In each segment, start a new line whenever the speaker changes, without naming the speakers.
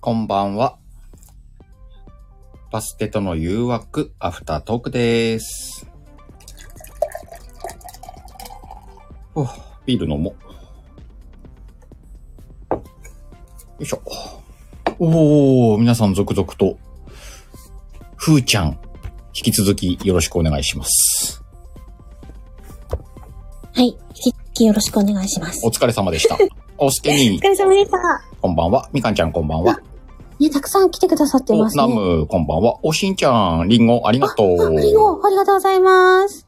こんばんは。バステとの誘惑、アフタートークです。おビール飲もう。よいしょ。おー、皆さん続々と、ふーちゃん、引き続きよろしくお願いします。
はい。引き続きよろしくお願いします。
お疲れ様で した。おすけに
お、疲れ様でした。
こんばんは。みかんちゃんこんばんは。
ね、たくさん来てくださって
お、
ます
ナ
ね。
ム、こんばんは。おしんちゃん、りんご、ありがとう。
ありご、ありがとうございます。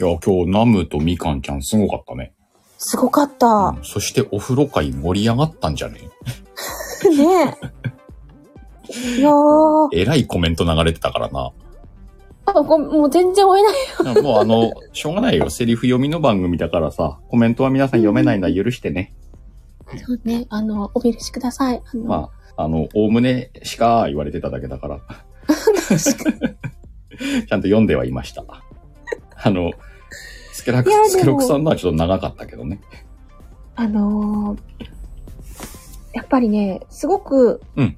いや、今日、ナムとみかんちゃんすごかったね。
すごかった
う。んそして、お風呂会盛り上がったんじゃね
ねえ。いやー。
えらいコメント流れてたからな。
あごめんもう全然追えない。
いやもうあの、しょうがないよ。セリフ読みの番組だからさ、コメントは皆さん読めないのは許してね。
そうね、あの、お許しください。あの、
まあ、あの、おおむねしか言われてただけだから。 ちゃんと読んではいました。あの、スケラク
いやでも
スケロクさんのはちょっと長かったけどね。
あのーやっぱりね、すごく、
うん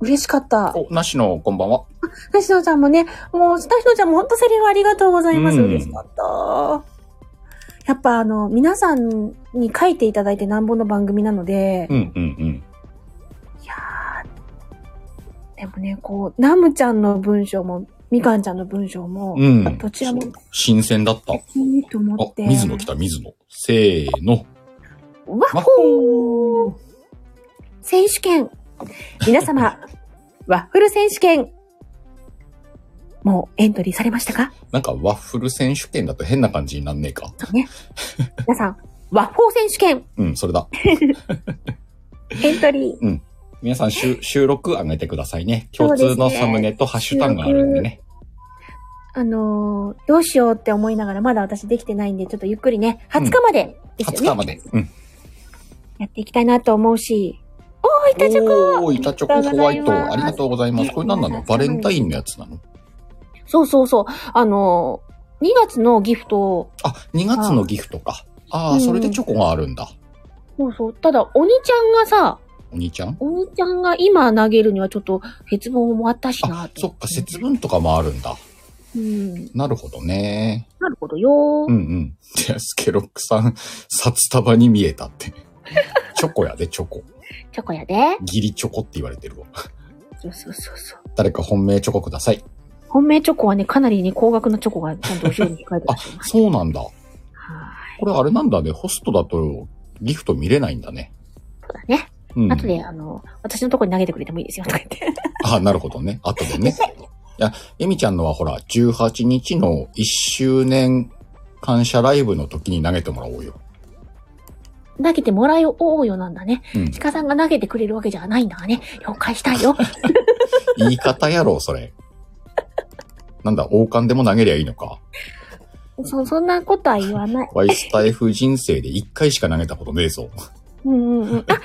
嬉しかった。
お、なしの、こんばんは。
なしのちゃんもね、もう、なしのちゃんも本当セリフありがとうございます。
うん
嬉しかった。やっぱあの、皆さんに書いていただいてなんぼの番組なので、
うんうんうん。
いやーでもね、こう、ナムちゃんの文章も、みかんちゃんの文章も、
うん
どちらも
新鮮だった。あ、
いいと思って。
水野来た、水野。せーの。
わっ
わっ
ほー選手権皆様、 ワッフル選手権もうエントリーされましたか
なんかワッフル選手権だと変な感じになんねえか。
皆さん、ワッフォー選手権
うん、それだ。
エントリー
皆さん収収録上げてくださいね。共通のサムネとハッシュタグがあるんでね。
あのーどうしようって思いながら、まだ私できてないんで、ちょっとゆっくりね、
うん
20日までです
20
よね。
日まで。うん。
やっていきたいなと思うし。おー、いたちょこ
おー、板チョコホワイト。ありがとうございます。これ何なの
あり
バ
がと
レ
うございます
ンタインのやつなの
そうそうそう。あのー、2月のギフト、
あ、2月のギフトか。あ
う
あ、
ん
それでチョコがあるんだ。
そうそう。ただ、鬼ちゃんがさ、
お兄ちゃん
鬼ちゃんが今投げるにはちょっと、節分もあったしな
あ、
と
そっ
思
か、節分とかもあるんだ。
うん。
なるほどね。
なるほどよ
うんうん。で、スケロックさん、札束に見えたって。チョコやで、チョコ。
チョコやで。
ギリチョコって言われてるわ。
そうそうそうそう。
誰か本命チョコください。
本命チョコはね、かなりね、高額なチョコがちゃんと後ろに控えて
あ
ます。、
そうなんだ。
はい。
これあれなんだね。ホストだとギフト見れないんだね。
そうだね。
うん。
あとで、あの、私のとこに投げてくれてもいいですよ、とか言って。
あ、なるほどね。あとでね。いや、エミちゃんのはほら、18日の1周年感謝ライブの時に投げてもらおうよ。
投げてもらいおうよなんだね。
うん。
鹿さんが投げてくれるわけじゃないんだね。了解し たいよ。
言い方やろう、それ。なんだ、王冠でも投げりゃいいのか。
そ、そんなことは言わない。
ワイスタイフ人生で1回しか投げたことねえぞ。
うんうんうん。あ、マサさん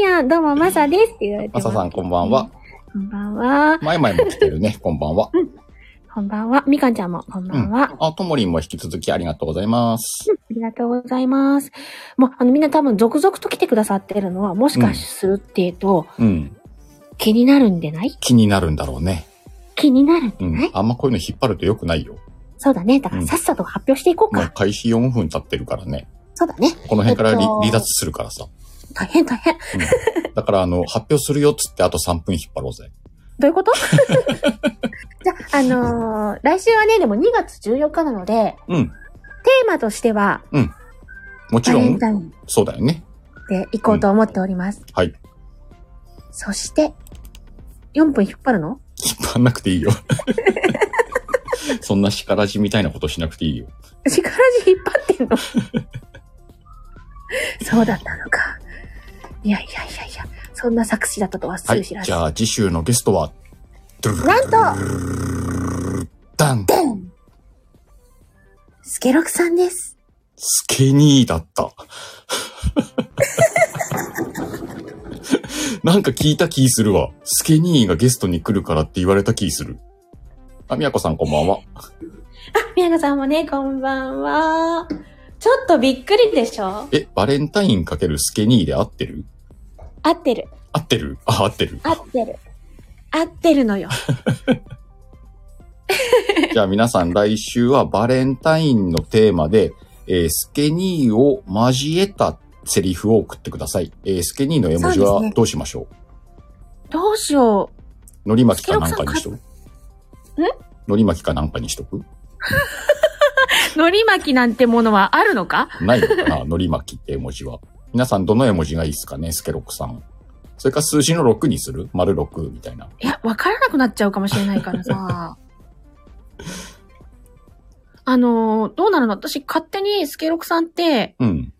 やどうも、マサですって言われて
マ
ます。
サさんこんばんは。。
こんばんは。
マイマイも来てるね、こんばんは。
こんばんは。みかんちゃんも、こんばんは。あ
あ、ともりんも引き続きありがとうございます。
りがとうございます。もう、あの、みんな多分続々と来てくださってるのは、もしかするってと、
うん。
気になるんでない
気になるんだろうね。
気になるんで
う
ない、
ん。あんまこういうの引っ張ると良くないよ。
そうだね。だか
う
ら
ん
さっさと発表していこう
も
か。
う開始4分経ってるからね。
そうだね。
この辺から
えっ
離
と
離脱するからさ。
大変大変。ど
うん だからあの、発表するよっつってあと3分引っ張ろうぜ。
うい うことじゃあ、あのー来週はね、でも2月14日なので、
うん。
テーマとしては、
もち
バ
ろ
レン
ん、
タイン
そうだよね。
で行こうと思っております。
はい。
そして、4分引っ張るの
引っ張んなくていいよ。 そんなしからじみたいなことしなくていいよ。
力じ引っ張ってんの そうだったのか。いやいやいやいや、そんな作詞だったとはす
はい。
ぐ
じ
知らず。
ゃあ次週のゲストは、
なんと、
ダン
スケロクさんです。
スケニーだ った。なんか聞いた気するわ。スケニーがゲストに来るからって言われた気する。あ、みやこさんこんばんは。
あ、宮野さんもね、こんばんは。ちょっとびっくりでしょ
え、バレンタインかけるスケニーで合ってる
合ってる。
合ってるあ、合ってる。
合ってる。合ってるのよ。
じゃあ皆さん来週はバレンタインのテーマで、えースケニーを交えたセリフを送ってください。えースケニーの絵文字
そうです
は
ね
どうしましょう
どうしよう。
のり巻きかなんかにしとく
ん
のり巻きかなんかにしとく
海苔巻きなんてものはあるのか
ないのかな のり巻きって絵文字は。皆さんどの絵文字がいいですかねスケロクさん。それか数字の6にする丸6みたいな。
いや、わからなくなっちゃうかもしれないから さ。あのーどうなるの私、勝手にスケロクさんって、
うん。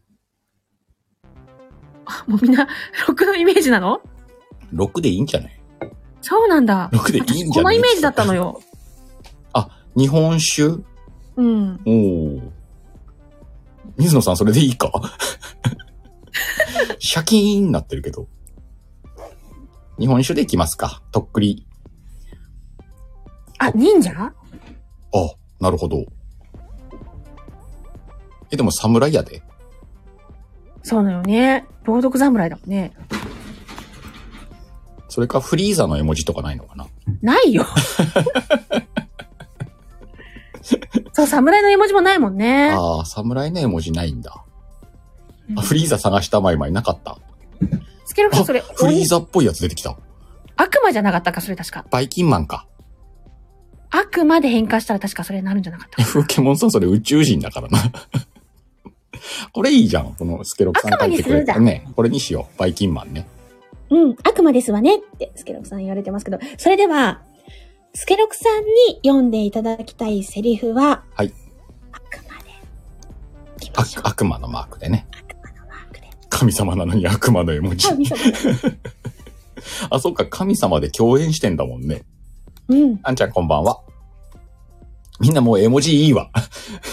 あもうみんな、ロクのイメージなの
6でいいんじゃない
そうなんだ。
?6 でいいんじゃない
私このイメージだったの。よ。
日本酒
うん。
おお。水野さんそれでいいか シャキーンなってるけど。日本酒でいきますか。とっくり。
あ、忍者
あ、なるほど。え、でも侍やで。
そうだよね。朗読侍だもんね。
それかフリーザの絵文字とかないのかな
ない よ。そう、侍の絵文字もないもんね。
ああ、侍の絵文字ないんだ。
うん
あ、フリーザ探したまいまいなかった。
スケロクさんそれ、
フリーザっぽいやつ出てきた。
鬼悪魔じゃなかったか、それ確か。
バイキンマンか。
悪魔で変化したら確かそれになるんじゃなかった
え、風景モンさんそれ宇宙人だからな。 これいいじゃん。このスケロクさん書いてくれ
悪魔にする
た
ん
ね。これにしよう。バイキンマンね。
うん、悪魔ですわねって、スケロクさん言われてますけど、それでは、スケロクさんに読んでいただきたいセリフは、
はい。
悪魔で。いきましょう
悪悪魔のマークでね。
マークで。
神様なのに悪魔の絵文字
あ、。みそだ。
あ、そっか。神様で共演してんだもんね。
うん。
あんちゃんこんばんは。みんなもう絵文字いいわ。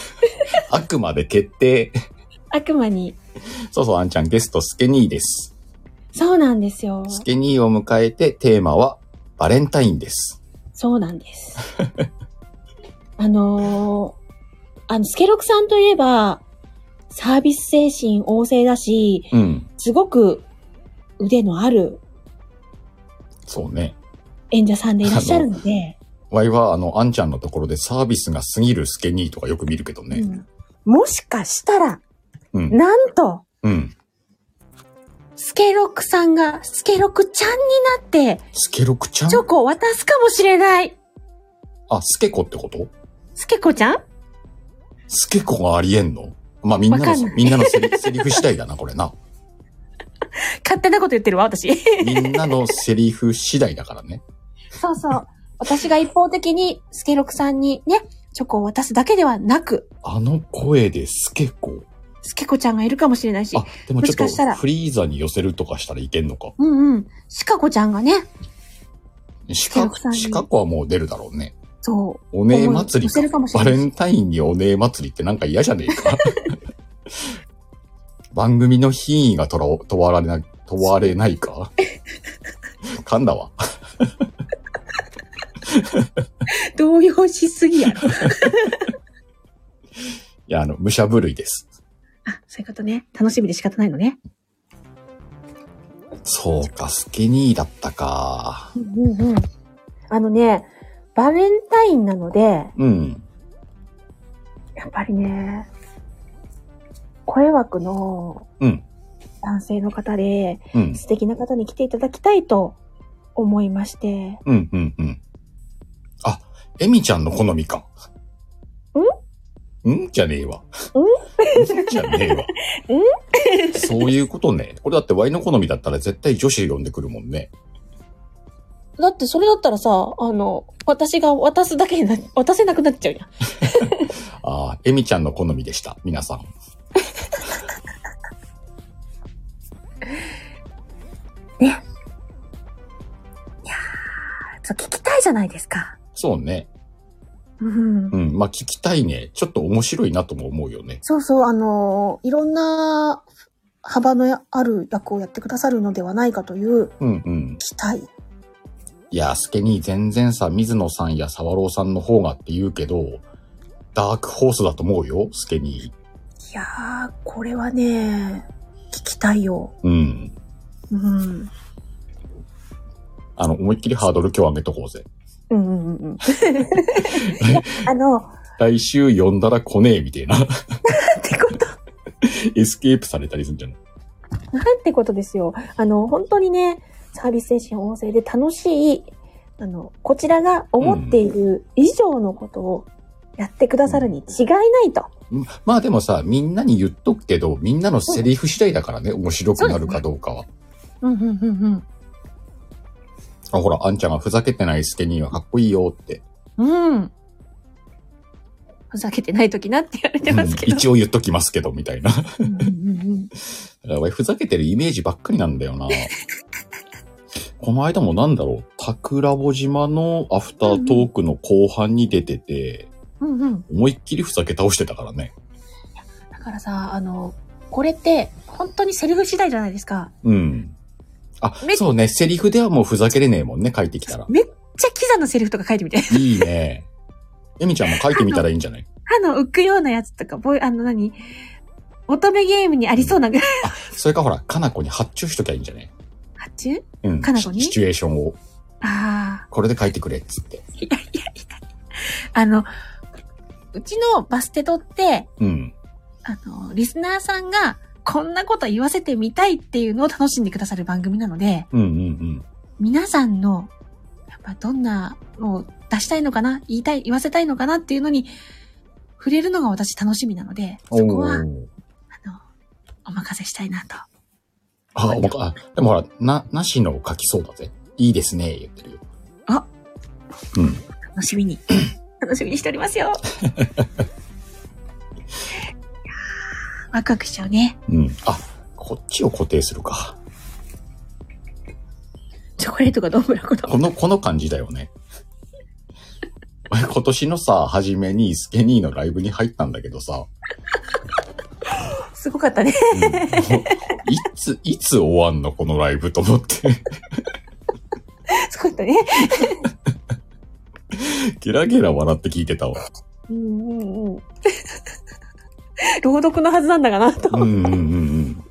悪魔で決定。
悪魔に。
そうそう、あんちゃんゲストスケニーです。
そうなんですよ。
スケニーを迎えてテーマはバレンタインです。
そうな んです。あのーあの、スケロクさんといえば、サービス精神旺盛だし、
うん。
すごく腕のある
そうね。
演者さんでいらっしゃるので、
ワイは、あの、アンちゃんのところでサービスが過ぎるスケニーとかよく見るけどね。
うんもしかしたら、
うん。
なんと、
うん。
スケロクさんが、スケロクちゃんになって、
スケロクちゃん
チョコを渡すかもしれない。
あ、スケコってこと
スケコちゃん
スケコがありえんのまあ、みんな
わか
の
んな、い
みんなのセリ セリフ次第だな、これな。
勝手なこと言ってるわ、 私。
みんなのセリフ次第だからね。
そうそう。私が一方的に、スケロクさんにね、チョコを渡すだけではなく、
あの声でスケコ。
スケコちゃんがいるかもしれないし、
あ、でもちょっ
もしかした
と
ら
フリーザに寄せるとかしたらいけんのか。
うんうん。シカコちゃんがね、
シ
ケロ
カ
クさん、に
シカコはもう出るだろうね。
そ
おねえ祭り
思いを寄せるかもしれ
バ
ない
レンタインにおねえ祭りってなんか嫌じゃねえ か。番組の品位がとら問われない、問われないか噛んだわ。
う。動揺しすぎやろ。
いや、あの、武者震いです。
あ、そういうことね。楽しみで仕方ないのね。
そうか、スケニーだったか。
うんうんうん。あのね、バレンタインなので、
うん。
やっぱりね、声枠の
うん
男性の方で、
うん。
素敵な方に来ていただきたいと思いまして、
うん、うん、うん。あ、エミちゃんの好みか。んんじゃねえわ。んじゃねえわ。そういうことね。これだってワイの好みだったら絶対女子呼んでくるもんね。
だってそれだったらさ、あの、私が渡すだけにな、渡せなくなっちゃうやん。
ああ、エミちゃんの好みでした。皆さん。
そう聞きたいじゃないですか。
そうね。
うん
う。ん。まあ、聞きたいね。ちょっと面白いなとも思うよね。
そうそう、あの、いろんな幅のある役をやってくださるのではないかという
うんうん。
期待。
いや、スケに全然さ、水野さんや沢朗さんの方がって言うけど、ダークホースだと思うよ、スケに。
いやー、これはね、聞きたいよ。
うん。
うん。
あの、思いっきりハードル今日上げとこうぜ。
うんうん うんうん。いやあの、っ
来週呼んだら来ねえみたいな。
てこと、
エスケープされたりするんじゃない
なんてことですよ。あの、本当にね、サービス精神旺盛で楽しい、あの、こちらが思っている以上のことをやってくださるに違いないと。
うんまあでもさ、みんなに言っとくけど、みんなのセリフ次第だからね、面白くなるかどうかは。
うんうんうんうん。
あほら、あんちゃんがふざけてないスケニーはかっこいいよって。
うん。ふざけてない時なって言われてますけ
う
ど
ん。一応言っときますけど、みたいな。
うんうんうん
やばいふざけてるイメージばっかりなんだよ な。この間もなんだろう、桜穂島のアフタートークの後半に出てて、
うんうんうん。
思いっきりふざけ倒してたからね。
だからさ、あの、これって本当にセリフ次第じゃないですか。
うん。あ
め、
そうね、セリフではもうふざけれねえもんね、書いてきたら。
めっちゃキザのセリフとか書いてみて。
いいね。エミちゃんも書いてみたらいいんじゃない
歯の浮くようなやつとか、ボイあの何、乙女ゲームにありそうなぐらい。
それかほら、かなこに発注しときゃいいんじゃない
発注
うん。
かなこに
シシチュエーションを、
ああ。
これで書いてくれっ、つって。
いやいやいや。あの、うちのバステトって、
うん。
あの、リスナーさんが、こんなこと言わせてみたいっていうのを楽しんでくださる番組なので、
うんうんうん。
皆さんの、やっぱどんなのを出したいのかな言いたい、言わせたいのかなっていうのに、触れるのが私楽しみなので、そこは、あ
お
の
ー、
お任せしたいなと。
あ、おまか、あ、でもほら、な、なしのを書きそうだぜ。いいですね、言ってるよ。
あ
うん。
楽しみに、 楽しみにしておりますよ。いや ーワクワクしちゃうね。
うん。あ、こっちを固定するか。
チョコレートがどんぶらこ
この、この感じだよね。 俺今年のさ、初めにスケニーのライブに入ったんだけどさ、
すごかったね。
うんいつ、いつ終わんのこのライブと思って。
すごかったね。
ゲラゲラ笑って聞いてたわ。
うんうんうん。朗読のはずなんだかなと。
うんうんうんうん。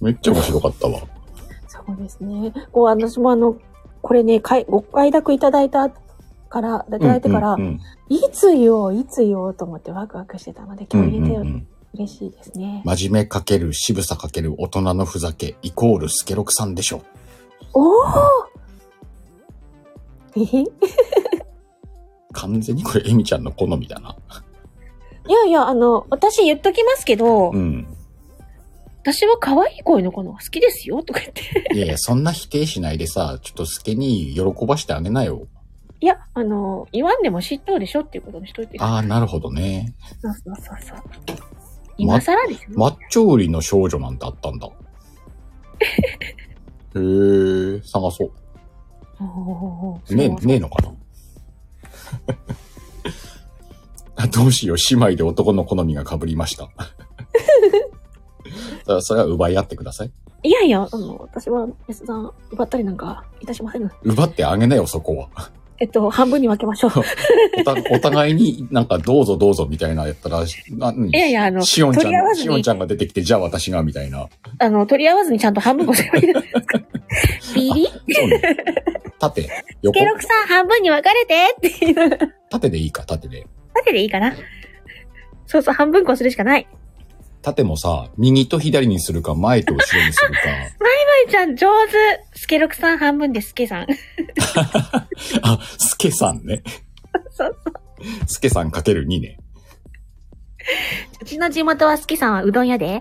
めっちゃ面白かったわ。
そうですね。こう、私もあの、これね、かいご快諾いただいたから、いただいてから、
うんうん
いつ言おう、いつ言おうと思ってワクワクしてたので、
うん
今日入れてよ、
うんうんうん
嬉しいですね。
真面目かける渋さかける大人のふざけイコールスケロクさんでしょ。
おおえへい
完全にこれエミちゃんの好みだな。
やいや、あの、私言っときますけど、
うん。
私は可愛い声の子の方が好きですよ、とか言って。
いやいや、そんな否定しないでさ、ちょっとスケに喜ばしてあげなよ。
いや、あの、言わんでも知っとうでしょっていうことにしといて。
ああ、なるほどね。
そうそうそうそう。今更ですよ、
マッチョ売りの少女なんてあった んだ。へえ、探そう。
おーおーおー
ね
そう
え、ねえのかな あどうしよう、姉妹で男の好みが被りました。 だそれは奪い合ってください。
いやいや、あの、私は安田さん奪ったりなんかいたしません。
奪ってあげなよ、そこは。
えっと、半分に分けまし ょう。
おたお互いになんかどうぞどうぞみたいなやったら、な何
いやいや、あの、
しおんち
取り合
ゃ
わ
ん、
ず
しおん
に
ち、ゃんが出てきて、じゃあ私がみたいな。
あの、取り合わずにちゃんと半分ごせばいいですか ビリ
そう ね。縦、横
ケ、ロクさん半分に分かれてって言いながら、
縦でいいか、縦で。
縦でいいかな。そうそう、半分こするしかない。
縦もさ、右と左にするか、前と後ろにするか。
まいちゃん上手スケロクさん半分でスケさん。
あ、スケさんね。
そうそう。
スケさんかける2ね。
うちの地元はスケさんはうどん屋で。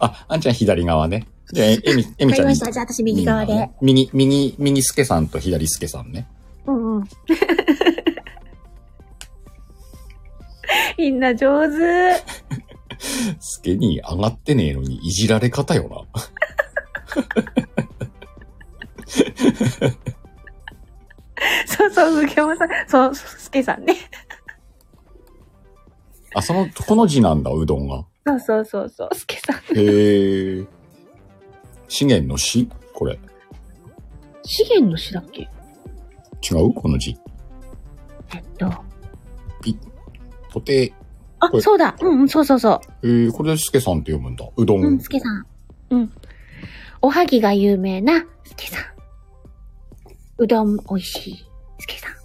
あ、あんちゃん左側ね。じゃあ、ええみ、えみ ち
わかり
ゃん
ました。じゃあ私右側で。
右、右、右すけさんと左すけさんね。
うんうん。みんな上手。
すけに上がってねえのにいじられ方よな。
そうそう、右側さん。そう、スケさんね。
あ、その、この字なんだ、うどんが。
そうそうそうそう、スケさん。
へえ。資源の死これ。
資源の詩だっけ
違うこの字。
えっと。
固定。こ
あ、
れ
そうだ。うんうん、そうそうそう。
えー、これでスケさんって読むんだ。うどん。
うん、スケさん。うん。おはぎが有名な、すけさん。うどん美味しい、すけさん。あ、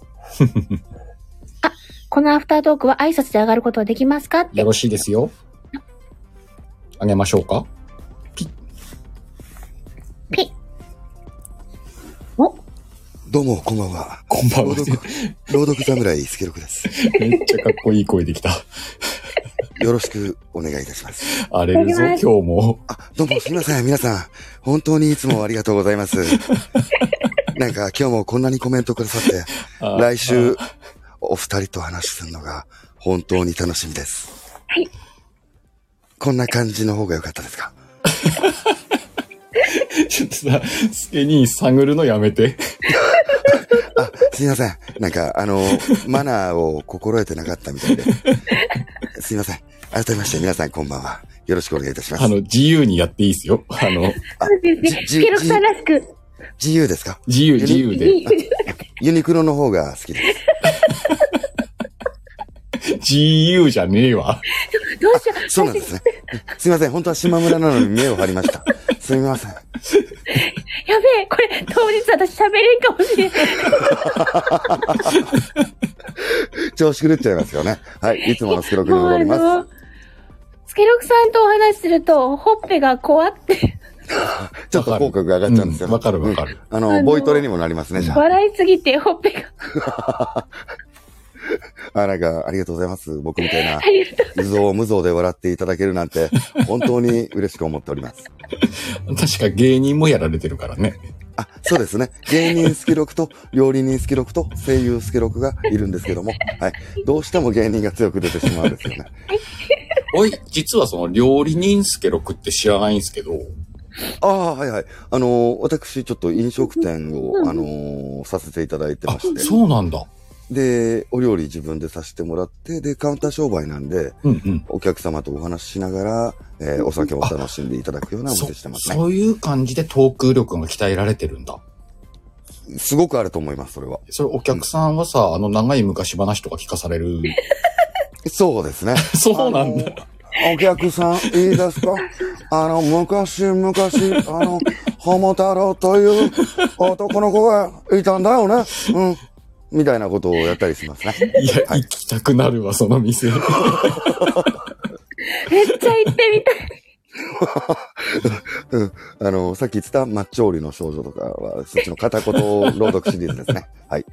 このアフタートークは挨拶で上がることはできますかって
よ。ろしいですよ。あげましょうか
ピお、
どうも、こんばんは。
こんばんは
朗。 読、朗読侍、スケロクです。
めっちゃかっこいい声できた。
よろしくお願いいたします。
荒れるぞ、今日も。
あ、どうも、すみません、皆さん。本当にいつもありがとうござ います。なんか、今日もこんなにコメントくださって、
あ
来週、お二人と話するのが、本当に楽しみです。
はい。
こんな感じの方が良かったですか
ち ょっとさ、スケに探るのやめて。
あ、すみません。なんか、あの、マナーを心得てなかった みたいで。すみません。改めまして、皆さんこんばんは。よろしくお願いいたします
あ。の、自由にやっていいです よ。あの、
そうですね。
じ
スケロクさんらしく。
自由ですか
自由、自由で。
ユニクロの方が好きです。
自由じゃねえわ。
どうしよう。
そうなんですね。すいません。本当は島村なのに目を張りました。すみません。
やべえ、これ、当日私喋れんかもしれん。
調子狂っちゃいますよね。はい。いつものスケロクに
もう
戻
あ
りま
の、スケロクさんとお話しすると、ほっぺが怖って、
す。ちょっと口角が上がっちゃうんですよ。
うんわかるわかる
うん。あの、ボイトレにもなりますね、じゃあ。
笑いすぎてほっぺが、
あ、なんか、ありがとうございます。僕みたいな
あ、りがとう。
無造無造で笑っていただけるなんて、本当に嬉しく思っております。
確か芸人もやられてるからね。
あ、そうですね。芸人スケロクと、料理人スケロクと、声優スケロクがいるんですけども、はい。どうしても芸人が強く出てしまうんですよね。
おい、実はその料理人スケロクって知らないんすけど、
ああ、はいはい。あのー私、ちょっと飲食店
うんうん
を、あのーさせていただいてま
あ、
して。
そうなんだ。
で、お料理自分でさせてもらって、で、カウンター商売なんで、
うんうん。
お客様とお話ししながら、えーお酒を楽しんでいただくようなお
そ
店してますね。
そういう感じでトーク力が鍛えられてるんだ。
すごくあると思います、それは。
それお客さんはさ、あの長い昔話とか聞かされる。
そうですね。
そうなんだ
あの。ーお客さん、い いですかあの、昔々、あの、ホモ太郎という男の子がいたんだよね。うん。みたいなことをやったりしますね。
いや、行きたくなるわ、その店。
めっちゃ行ってみたい。
うん。あの、さっき言ってた、マッチョーリの少女とかは、そっちの片言朗読シリーズです ね。はい。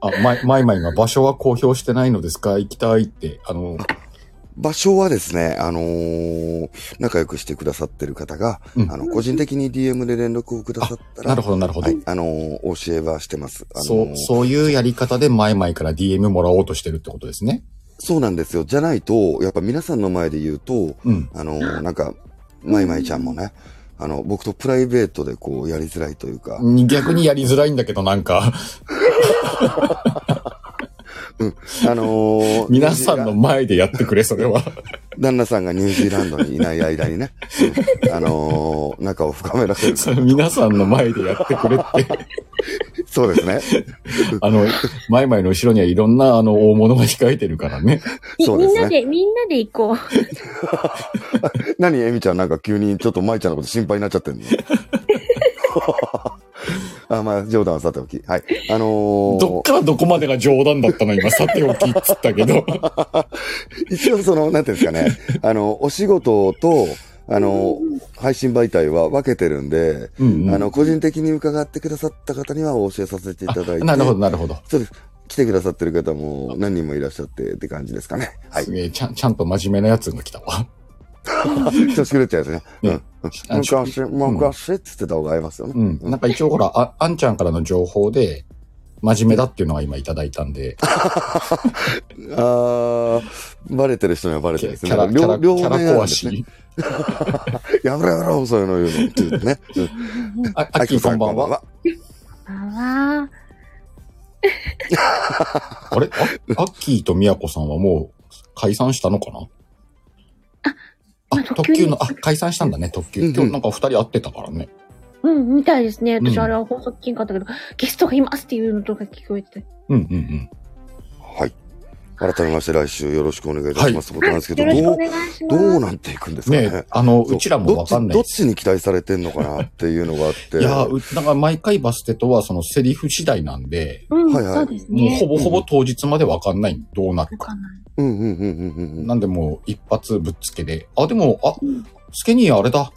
あ、ま、マイマイが場所は公表してないのですか行きたいって。あの、
場所はですね、あのー仲良くしてくださってる方が、
うん
あの、個人的に DM で連絡をくださったら、
なるほど、なるほど。
はい、あのー教えはしてます。あのー
そう、そういうやり方でマイマイから DM もらおうとしてるってことですね。
そうなんですよ。じゃないと、やっぱ皆さんの前で言うと、
うん。
あのーなんか、マイマイちゃんもね、あの、僕とプライベートでこう、やりづらいというか、
逆にやりづらいんだけど、なんか、
あのー
皆さんの前でやってくれ、それは。
旦那さんがニュージーランドにいない間 にね、うんあのー仲を深められる。
それ皆さんの前でやってくれ って。
そうですね。
あの、マイマイの後ろにはいろんな、あの、大物が控えてるからね。
み
そう
み
で
ん
す
な
ね。
で、みんなで行こう。
何、エミちゃんなんか急にちょっと舞ちゃんのこと心配になっちゃってん のあ、まあ、冗談はさておき。はい。あの
どっ
ー、
からどこまでが冗談だったの、今、さておきっつったけ ど。
一応その、なんていうんですかね、あの、お仕事と、あの、配信媒体は分けてるんで、
うん、うん。
あの、個人的に伺ってくださった方にはお教えさせていただいて。
なるほど、。なるほど。
そうです。来てくださってる方も何人もいらっしゃってって感じですかね。はい
す。げえ、ちゃん、ちゃんと真面目なやつが来たわ。
調子狂っちゃうですね。う
ね
ん。
あの
昔、昔って言ってた方が合いますよ
う
ね。
ん。なんか一応ほら、あ、あんちゃんからの情報で、真面目だっていうのが今いただいたんで、
あー、バレてる人にはバレ
キ
てるん
ャ
です
キャラ、
ね。
キャラ、キャラ
面あ
壊
るんですね。
し。
やめろやめろ、そういうの言うのって言 ってね。うん
あ、あっきーこんばんは。。
あわ
あれあ、アッキーとみやこさんはもう解散したのかなあ、
まあ
特急の、あ、解散したんだね、特急。
うんうん
今日なんか二人会ってたからね。
うん、みたいですね。私、
うん
あれは放送聞けんかったけど、ゲストがいますっていうのとか聞こえて。
うんうんうん。
はい。改めまして来週よろしくお願いいたしますってことなんですけど、
よろしく
ど
お
う
願、いしま
ど
す。
うなっていくんですかね。
ねあの、
そう
ちらもわかんない
ど
で
っ
す。
ちどっちに期待されてんのかなっていうのがあって。
いや、うなんか毎回バステとはそのセリフ次第なんで、
うん、
はいはい
そうです
もうほ
ね。
ぼほぼ当日までわかんない、どうなる
わか
か。
んない。
うんうんうんうんうんうん。
なんでもう一発ぶっつけで。あ、でも、あ
うん、
スケニーあれだ。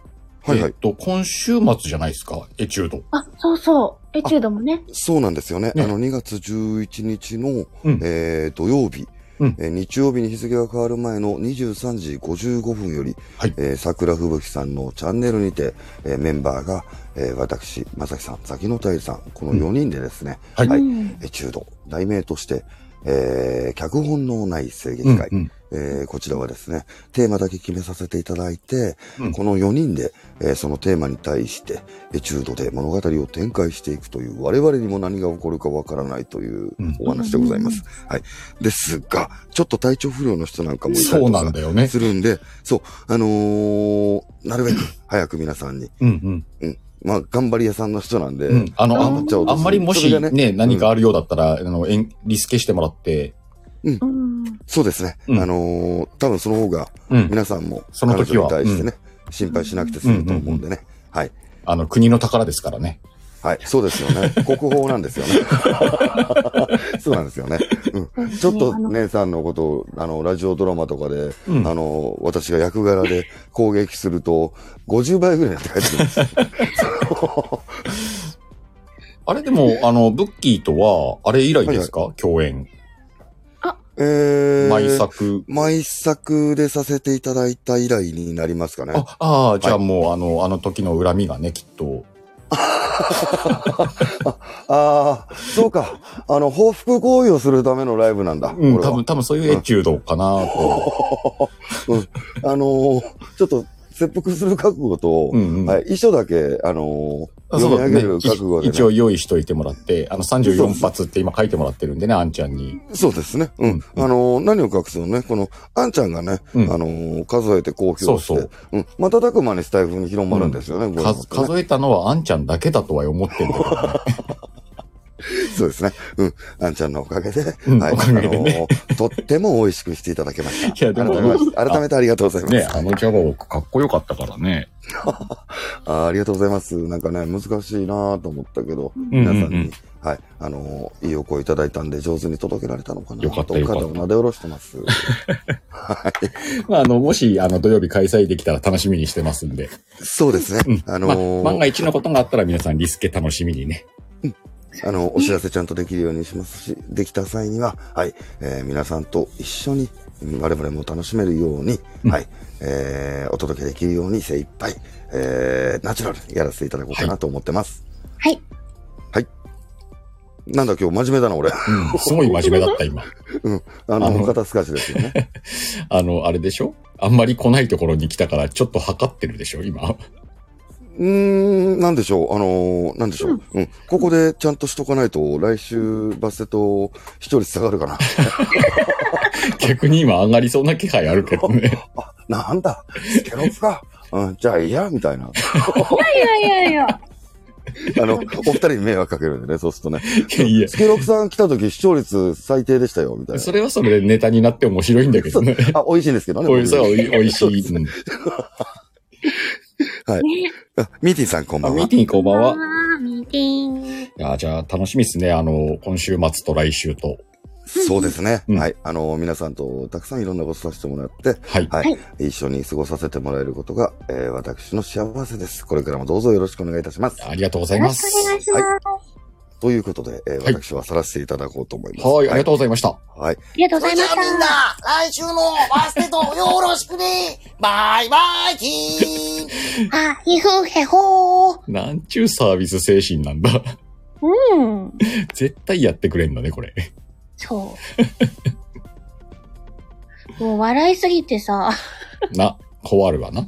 はいは
えっ
い。
と、今週末じゃないですか、エチュード。
あ、そうそう。エチュードもね。
そうなんですよね。
ね
あの、2月11日の、
うん
えー土曜日、
うん
えー日曜日に日付が変わる前の23時55分より、
はい
えー桜吹雪さんのチャンネルにて、えーメンバーが、えー私、正木さん、崎野太さん、この4人でですね、
はい
は
う
い
ん
エチュード、題名として、えー脚本のない制
うん
限会、
うん。
えーこちらはですね、テーマだけ決めさせていただいて、
うん
この4人で、えーそのテーマに対して、エチュードで物語を展開していくという、我々にも何が起こるかわからないという
うん
お話でございます。はい。ですが、ちょっと体調不良の人なんかもいたり
そう
と
なん
か
だよね。
するんで、そう、あのーなるべく早く皆さんに、
うん
まあ、頑張り屋さんの人なんで、
うん。うん。あの、あ
頑張っちゃ
おうとする
あんまりも
そ
し
れが
ね、何かあるようだったら、あの、えんリスケしてもらって、
うん。
そうですね。
うん
あのー多分その方が、
うん。
皆さんも、
その時は
彼女に対してね、心配しなくて済むと思うんでね。はい。
あの、国の宝ですからね。
はい、そうですよ ね。国宝なんですよね。 そうなんですよね。うん、ちょっと姉さんのことを、あの、ラジオドラマとかで、
うん
あの、私が役柄で攻撃すると、50倍ぐらいになって帰ってく るんですよ。
あれでも、あの、ブッキーとは、あれ以来ですか共演。
えー、
毎。作。
毎作でさせていただいた以来になりますかね。
あ、ああ、じゃあもう、あの、あの時の恨みがね、きっと。
ああ、そうか。あの、報復行為をするためのライブなんだ。
うん、
これ
多
は
分、多分そういうエチュードかなと。
あのーちょっと、切腹する覚悟と、
うんうん。
はい、遺書だけ、あのー
あ
読
そう
み
だ
上げる
ね。
覚悟で、
一
ね
一。応用意しといてもらって、あの34
そう
発って今書いてもらってるんでね、あんちゃんに。
そうですね。うん。
うん
あのー何を隠すのね、この、あんちゃんがね、
うん
あのー数えて公表して、
そうそう
うん。瞬く間にスタイフに広まるんですよね、これ
数数えたのはあんちゃんだけだとは思ってんだけど ね。
そうですね。うん。あんちゃんのおかげで、
うんおかげでね
あのーとっても美味しくしていただけま した。
いやでも
改めまして、改めてありがとうございます。
ね、あのジャガオかっこよかったからね。
あーありがとうございます。なんかね、難しいなーと思ったけど、
うん
皆さん
うん
に、はい、あのーいいお声いただいたんで、上手に届けられたのかな
よかった
と
よかった
肩を撫で下ろしてます。はい。
まあ、あの、もし、あの、土曜日開催できたら楽しみにしてますんで。
そうですね。あのー
ま万が一のことがあったら皆さんリスケ楽しみにね。
あの、お知らせちゃんとできるようにしますし、できた際には、はい、えー皆さんと一緒に、うん我々も楽しめるように、はい、えーお届けできるように精一杯、えーナチュラルにやらせていただこうかなと思ってます。
はい。
なんだ今日真面目だな、俺。
うん、すごい真面目だった、今。
あ
あ
の、
の
肩透かしですよね。
あの、あれでしょあんまり来ないところに来たから、ちょっと測ってるでしょ、今。
うーん、なんでしょう、あのーなんでしょう、うん。ここでちゃんとしとかないと、来週、バステと視聴率下がるか な。
逆に今上がりそうな気配あるけどね。
あ、なんだ、スケロクか。うん、じゃあ、いいや、みたいな。
いやいやいや。
あの、お二人に迷惑かけるんでね、 そうするとね。
いやいや
スケロクさん来た時視聴率最低でしたよ、みたいな。
それはそれでネタになって面白いんだけどね。
あ、美味しいんですけどね。
こういうさ、おいおいし
そうで
い。
す
うん
あミーティンさんこんば
あ
ん
ミー
は。
ティンこんばんは。
は。ミーティング。
いや、じゃあ楽しみですね。あの、今週末と来週と。
そうですね。
うん
はい。あの、皆さんとたくさんいろんなことさせてもらって、
はい。
は。
はい
一緒に過ごさせてもらえることが、えー私の幸せです。これからもどうぞよろしくお願いいたします。
ありがとうござい
よろ
ま
し
す
く。お願いします。
ということで、えー
はい
私はさらせていただこうと思います。
はい、ありがとうございました。
う。はい。
ありがとう
そ
ござ
れ
い
じ
ま
ゃ
し
あみん
た
な。、来週のバステとよろしくねバイバイキー ン
あ、ひふへほー。
なんちゅうサービス精神なんだ。
うん。
絶対やってくれんだね、これ。
そう。もう笑いすぎてさ、
な、困るわな。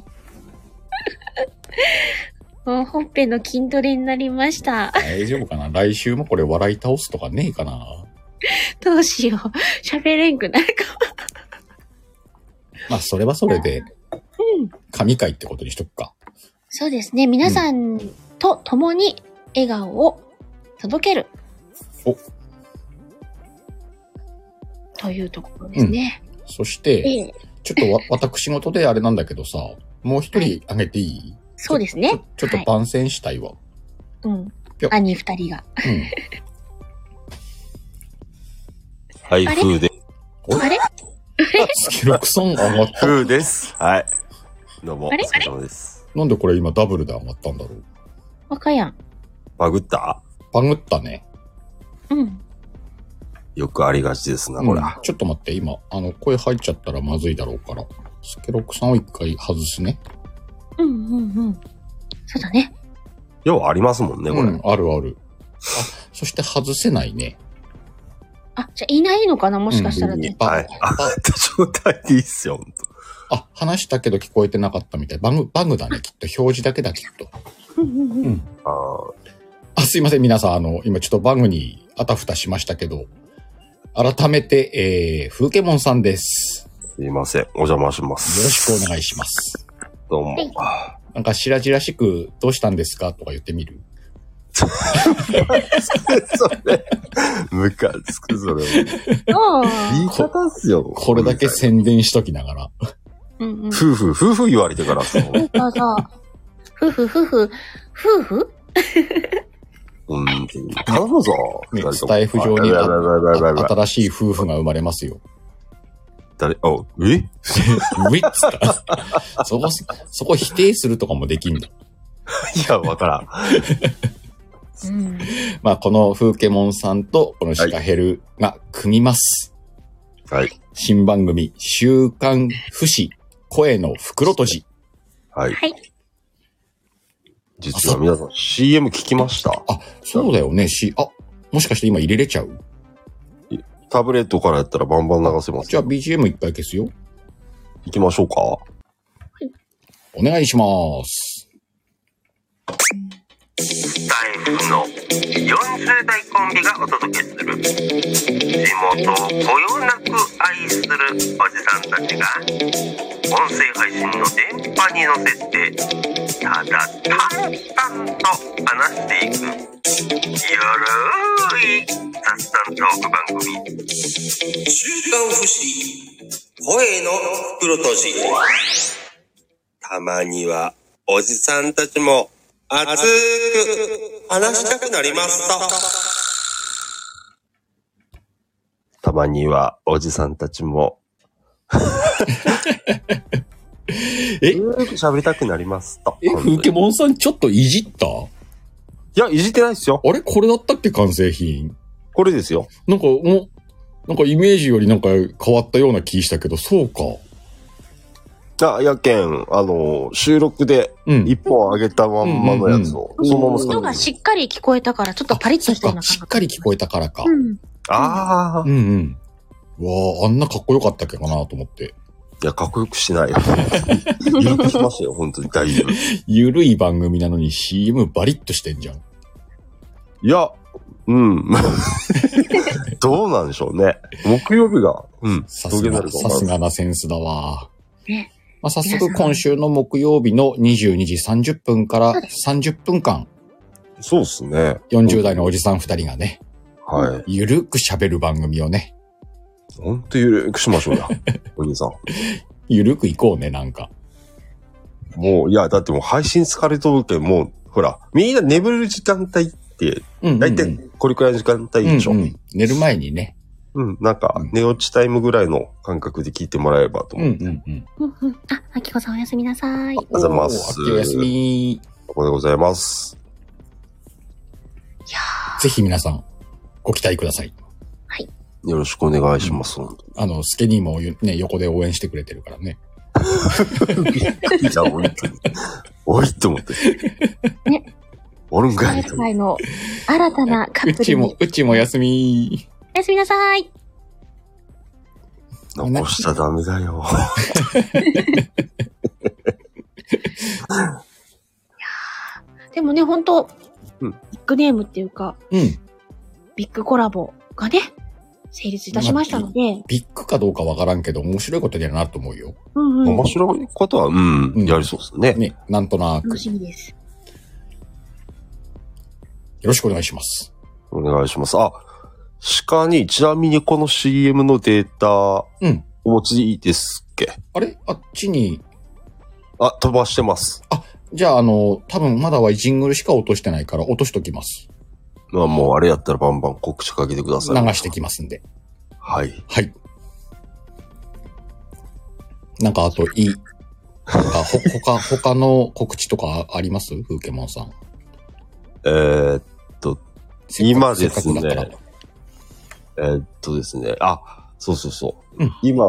もう本編の筋トレになりました。
大丈夫かな 来週もこれ笑い倒すとかねえかな
どうしよう。喋れんくなるか
まあ、それはそれで、神回ってことにしとくか。
そうですね。皆さんと共に笑顔を届ける。
お
というところですね。
そして、
ええ、
ちょっとわ 私事であれなんだけどさ、もう一人あげていい
そうですね。
ちょっと
はい、
番宣したい わ。
うん。
兄二人が。
うん。
はい、
あれ
風で、
あれ
スケロクさん上がった。
風です。はい。どうも、お
あれ
疲れ様です。
なんでこれ今ダブルで上がったんだろう。
若やん。
バグった
バグったね。
うん。
よくありがちですな、
ほ
これ。
ら。ちょっと待って、今、あの、声入っちゃったらまずいだろうから。スケロクさんを一回外すね。
うんうんうん。そうだね。
ようありますもんね、こ
う
れ
ん。、あるある。あ、そして外せないね。
あ、じゃあいないのかなもしかしたら
うん
ね。
はい。あった状態でいいっすよ、ほんと。
あ、話したけど聞こえてなかったみたい。バグ、バグだね、きっと。表示だけだ、きっと。
うんうんうん。
あ
あ、すいません、皆さん、あの、今ちょっとバグにあたふたしましたけど、改めて、えー、風景門さんです。
ーすいません。お邪魔しま
よ
す。
ろしくお願いします。
どうも。
なんか、しらじらしく、どうしたんですかとか言ってみる。
それ、むかつく、それ。
あ
言い
あ。
方っすよ。
これだけ宣伝しときながら。
うんうん。
夫婦、夫婦言われてからさ、
あさ、夫婦、夫婦、夫婦
うん、頼むぞ。
ね
二人とも
スタイフ上に
あやばいやばいやばいやばい
あ新しい夫婦が生まれますよ。
誰、あ、え
ウィッツだ。そこ、そこ否定するとかもできんだ。
いや、わからん。
うん。
まあ、この風景モンさんと、このシカヘルが組みます。
はい。
新番組、週刊不死、声の袋閉じ。
はい。
はい。
実は皆さん、CM 聞きました
あ、そうだよね。し、あ、もしかして今入れれちゃう
タブレットからやったらバンバン流せます。
じゃあ BGM 一回消すよ。
行きましょうか。
お願いします。
タイフの40代コンビがお届けする地元をこよなく愛するおじさんたちが音声配信の電波に乗せてただ淡々と話していくゆるい雑談トーク番組「週刊不思声の袋閉じ」たまにはおじさんたちも熱く話したくなりました。
たまには、おじさんたち も、
え
うーん喋りたくなりますと。
え、
本当に
風景モンさんちょっといじった
いや、いじってないですよ。
あれこれだったっけ完成品。
これですよ。
なんか、もう、なんかイメージよりなんか変わったような気したけど、そうか。
あ、やけん、あの、収録で
うん。
一本上げたまんまのやつを、そのまま使
音
って
がしっかり聞こえたから、ちょっとパリッとしたような
そっかし
感
っ
覚。
かり聞こえたからか。
うん。
ああ。
うんうん。うわあ、あんなかっこよかったっけかなと思って。
いや、かっこよくしない よ。言ってきましたよ、本当に、だいぶ。
ゆるい番組なのに CM バリッとしてんじゃん。
いや、うん。 どうなんでしょうね。木曜日が、うん。
さ
ど
す
げな
が、
るか
さ
わか
す
んない
がなセンスだわ。
ね
まあ、早速今週の木曜日の22時30分から30分間、
そうですね。
40代のおじさん2人がね、
はい。
ゆるく喋る番組をね、
ほんとゆるくしましょ うや。お兄さん。
ゆるくいこうね、なんか。
もう、いや、だってもう配信疲れとるけん、もう、ほら、みんな眠る時間帯って、
うんうんうん、
だいたいこれくらいの時間帯でしょ。う
うん
ん、
うん寝る前にね。
なんか、寝落ちタイムぐらいの感覚で聞いてもらえればと
うん
思って。
うんうん。
うんうんあ、あきこさんおやすみなさい。
ありがとうございます
おー秋お休み。
ここでございます。
ぜひ皆さん、ご期待ください。
よろしくお願いします。本
あの、スケニーもね、横で応援してくれてるからね。
当にい や、おいって、おいって思って。
ね。
おるんかいと思って
今回の新たなカ
う
ップ
ち
ル
も
に、。
うちも休み。
おやすみなさい。
残しちゃダメだよ。
でもね、ほんと、
うん
ビッグネームっていうか、
うん。
ビッグコラボがね、成立いたしましたので、
ビッグかどうかわからんけど、面白いことにはなると思うよ。
うんうん。
面白いことは、うん、
うん
やりそうですね。
ね、なんとなく。
楽
よ
しみです。
ろしくお願いします。
お願いします。あ、鹿に、ちなみにこの CM のデータ、
うん
お持ちですっけ
あれあっちに、
あ、飛ばしてます。
じゃあ、あの、多分まだはジングルしか落としてないから落としときます。
まあもうあれやったらバンバン告知かけてくだ
流
さい。
してきますんで。
はい。
はい。なんか、あと、いい。なんか、ほ、他、他の告知とかありますフーケモンさん。
えー、今ですね
せっかくだから
えーっとですね。あ、そうそうそう。
うん
今、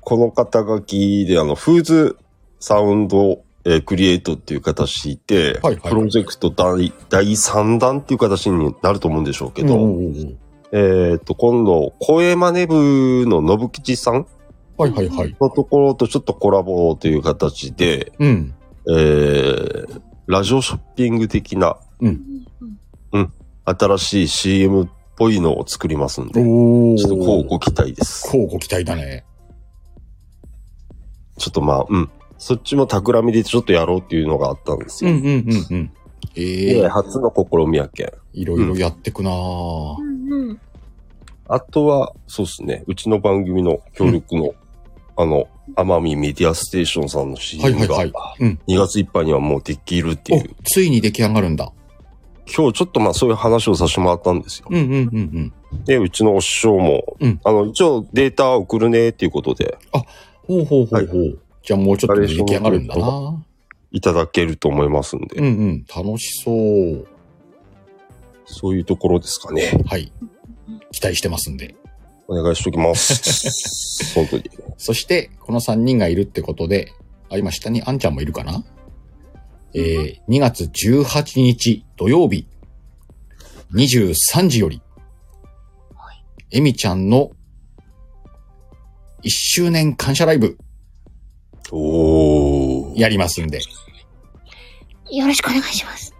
この肩書きで、あの、フーズサウンド、えークリエイトっていう形で、
はいはい
プロジェクト第第3弾っていう形になると思うんでしょうけ
うん
ど、
うんうんうん
えーっと、今度、声真似部の信吉さん
はいはいはい。
のところとちょっとコラボという形で、
うん。
えー、ラジオショッピング的な新しい CM っぽいのを作りますんで、
お
ちょっとこう
こ
ご期待です。
うご期待だね。
ちょっとまあ、うん。そっちも企みでちょっとやろうっていうのがあったんです
うん
よ。
うんうんうん。ええ
ええ初の試みやけん。
いろいろやってくなぁ
うんうん。
あとは、そうですね。うちの番組の協力の、あの、奄美メディアステーションさんの CM が、
はいはいうん
2月いっぱいにはもうできるってい
お
う。、
ついに出来上がるんだ。
今日ちょっとまあそういう話をさせてもらったんですよ。
うんうんうんうん。
で、うちのお師匠も、
うん
あの、一応データ送るねっていうことで、
ほうほうほうほう。じゃあもうちょっとで出来上がるんだなぁ
いただけると思いますんで、
うんうん。楽しそう。
そういうところですかね。
はい。期待してますんで。
お願いしときます。本当に。
そして、この3人がいるってことで、あ、今下にあんちゃんもいるかなえー、2月18日土曜日、23時より、えみちゃんの1周年感謝ライブ
おー。
やりますんで、
よろしくお願いします。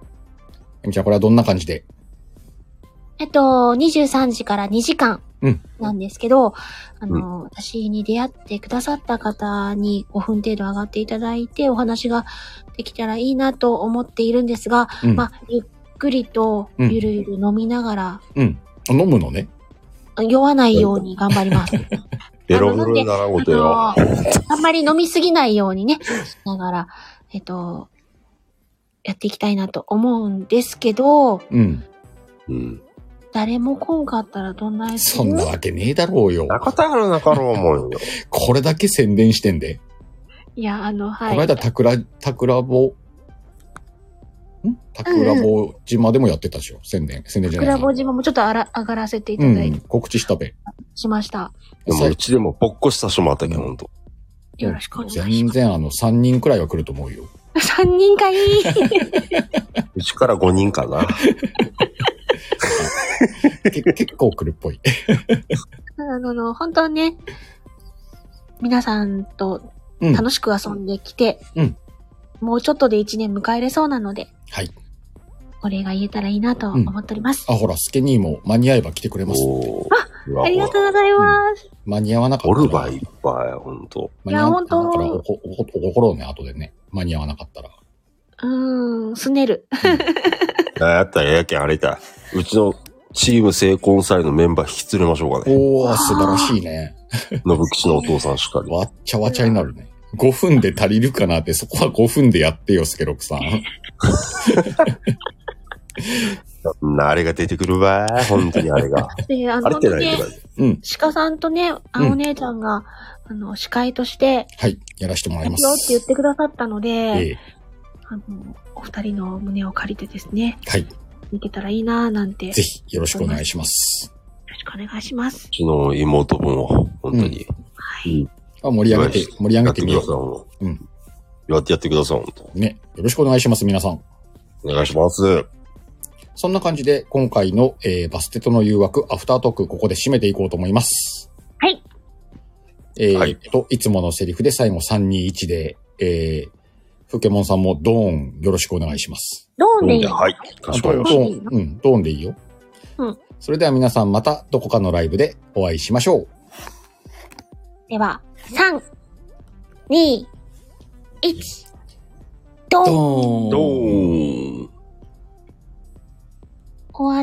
えみちゃんこれはどんな感じで
えっと、23時から2時間
うん
なんですけど、あの、私に出会ってくださった方に5分程度上がっていただいて、お話ができたらいいなと思っているんですが、
うん
まあ、ゆっくりと、
うん
ゆるゆる飲みながら、
うん。飲むのね。
酔わないように頑張ります。
ベロベロにならんことよ。
あのあんまり飲みすぎないようにね、しながら、えっと、やっていきたいなと思うんですけど、
うん。
うん。
誰も来んかったらどんなやつ
そんなわけねえだろうよ。
中田原中郎もんよ。
これだけ宣伝してんで。
いや、あの、はい。
この間、たくら、たくらぼ、んたくらぼ島でもやってたでしょ宣伝。宣伝じゃ
ク
ない
ラボ島もちょっとあら上がらせていうただい
ん
て、、
告知したべ。
しました。
でもうちでもぼっこした人もあったけど、
うん
ほんと。
よろしくお願いし
全然あの、3人くらいは来ると思うよ。
ます。3人かい
うちから5人かな。
け結構来るっぽい。
あのあの、本当はね、皆さんと
うん。
楽しく遊んできて、
うん
もうちょっとで1年迎えれそうなので、
はい。
お礼が言えたらいいなと思っております。
あ、ほら、スケニーも間に合えば来てくれます。
おー
ありがとうございます。
間に合わなか
お
ったら。
るばいっぱい、ほんと。
間に合わなかった
い
ら
や
お
本
こおこ怒ろうね、後でね。間に合わなかったら。
うーん、すねる。
あやったらええやけん、あれだ。うちのチーム成婚祭のメンバー引き連れましょうかね。
おー、素晴らしいね。
信吉のお父さんしかり。
わっちゃわちゃになるね。5分で足りるかなって、そこは5分でやってよ、スケロクさん。
そんなあれが出てくるわー。ほんとにあれが。
で、あ
あ
の、
れっ
本
て
当
ない
ね
け、ど。
うん。
鹿さんとね、あお姉ちゃんが、あの、司会として、
はい。やらせてもら
や
い
る
ま
よって
す。
言ってくださったので、
ええ。
あの、お二人の胸を借りてですね、
はい。
いけたらいいなぁなんて、よ
ぜひ、よろしくお願いします。
ろしくお願いします
う。ちの妹分を、ほんとに。
あ盛り上げて、盛り上
や
げ
っててく
み
だ
よ
さい、ほ
うん
んと。やってやってください、ほんと。
う。ね。よろしくお願いします、皆さん。
お願いします。
そんな感じで、今回の、えーバステとの誘惑、アフタートーク、ここで締めていこうと思います。
はい。
えー
はい
と、いつものセリフで最後321で、えー、ふけもんさんもドーンよろしくお願いします。
どうね、
はい。かしこまり
あ
ま
ド
し
ーン、うん、ドーンでいいよ。
うん。
それでは皆さんまたどこかのライブでお会いしましょう。
では、3、2、1、ドン
ドーン
た。ドーン。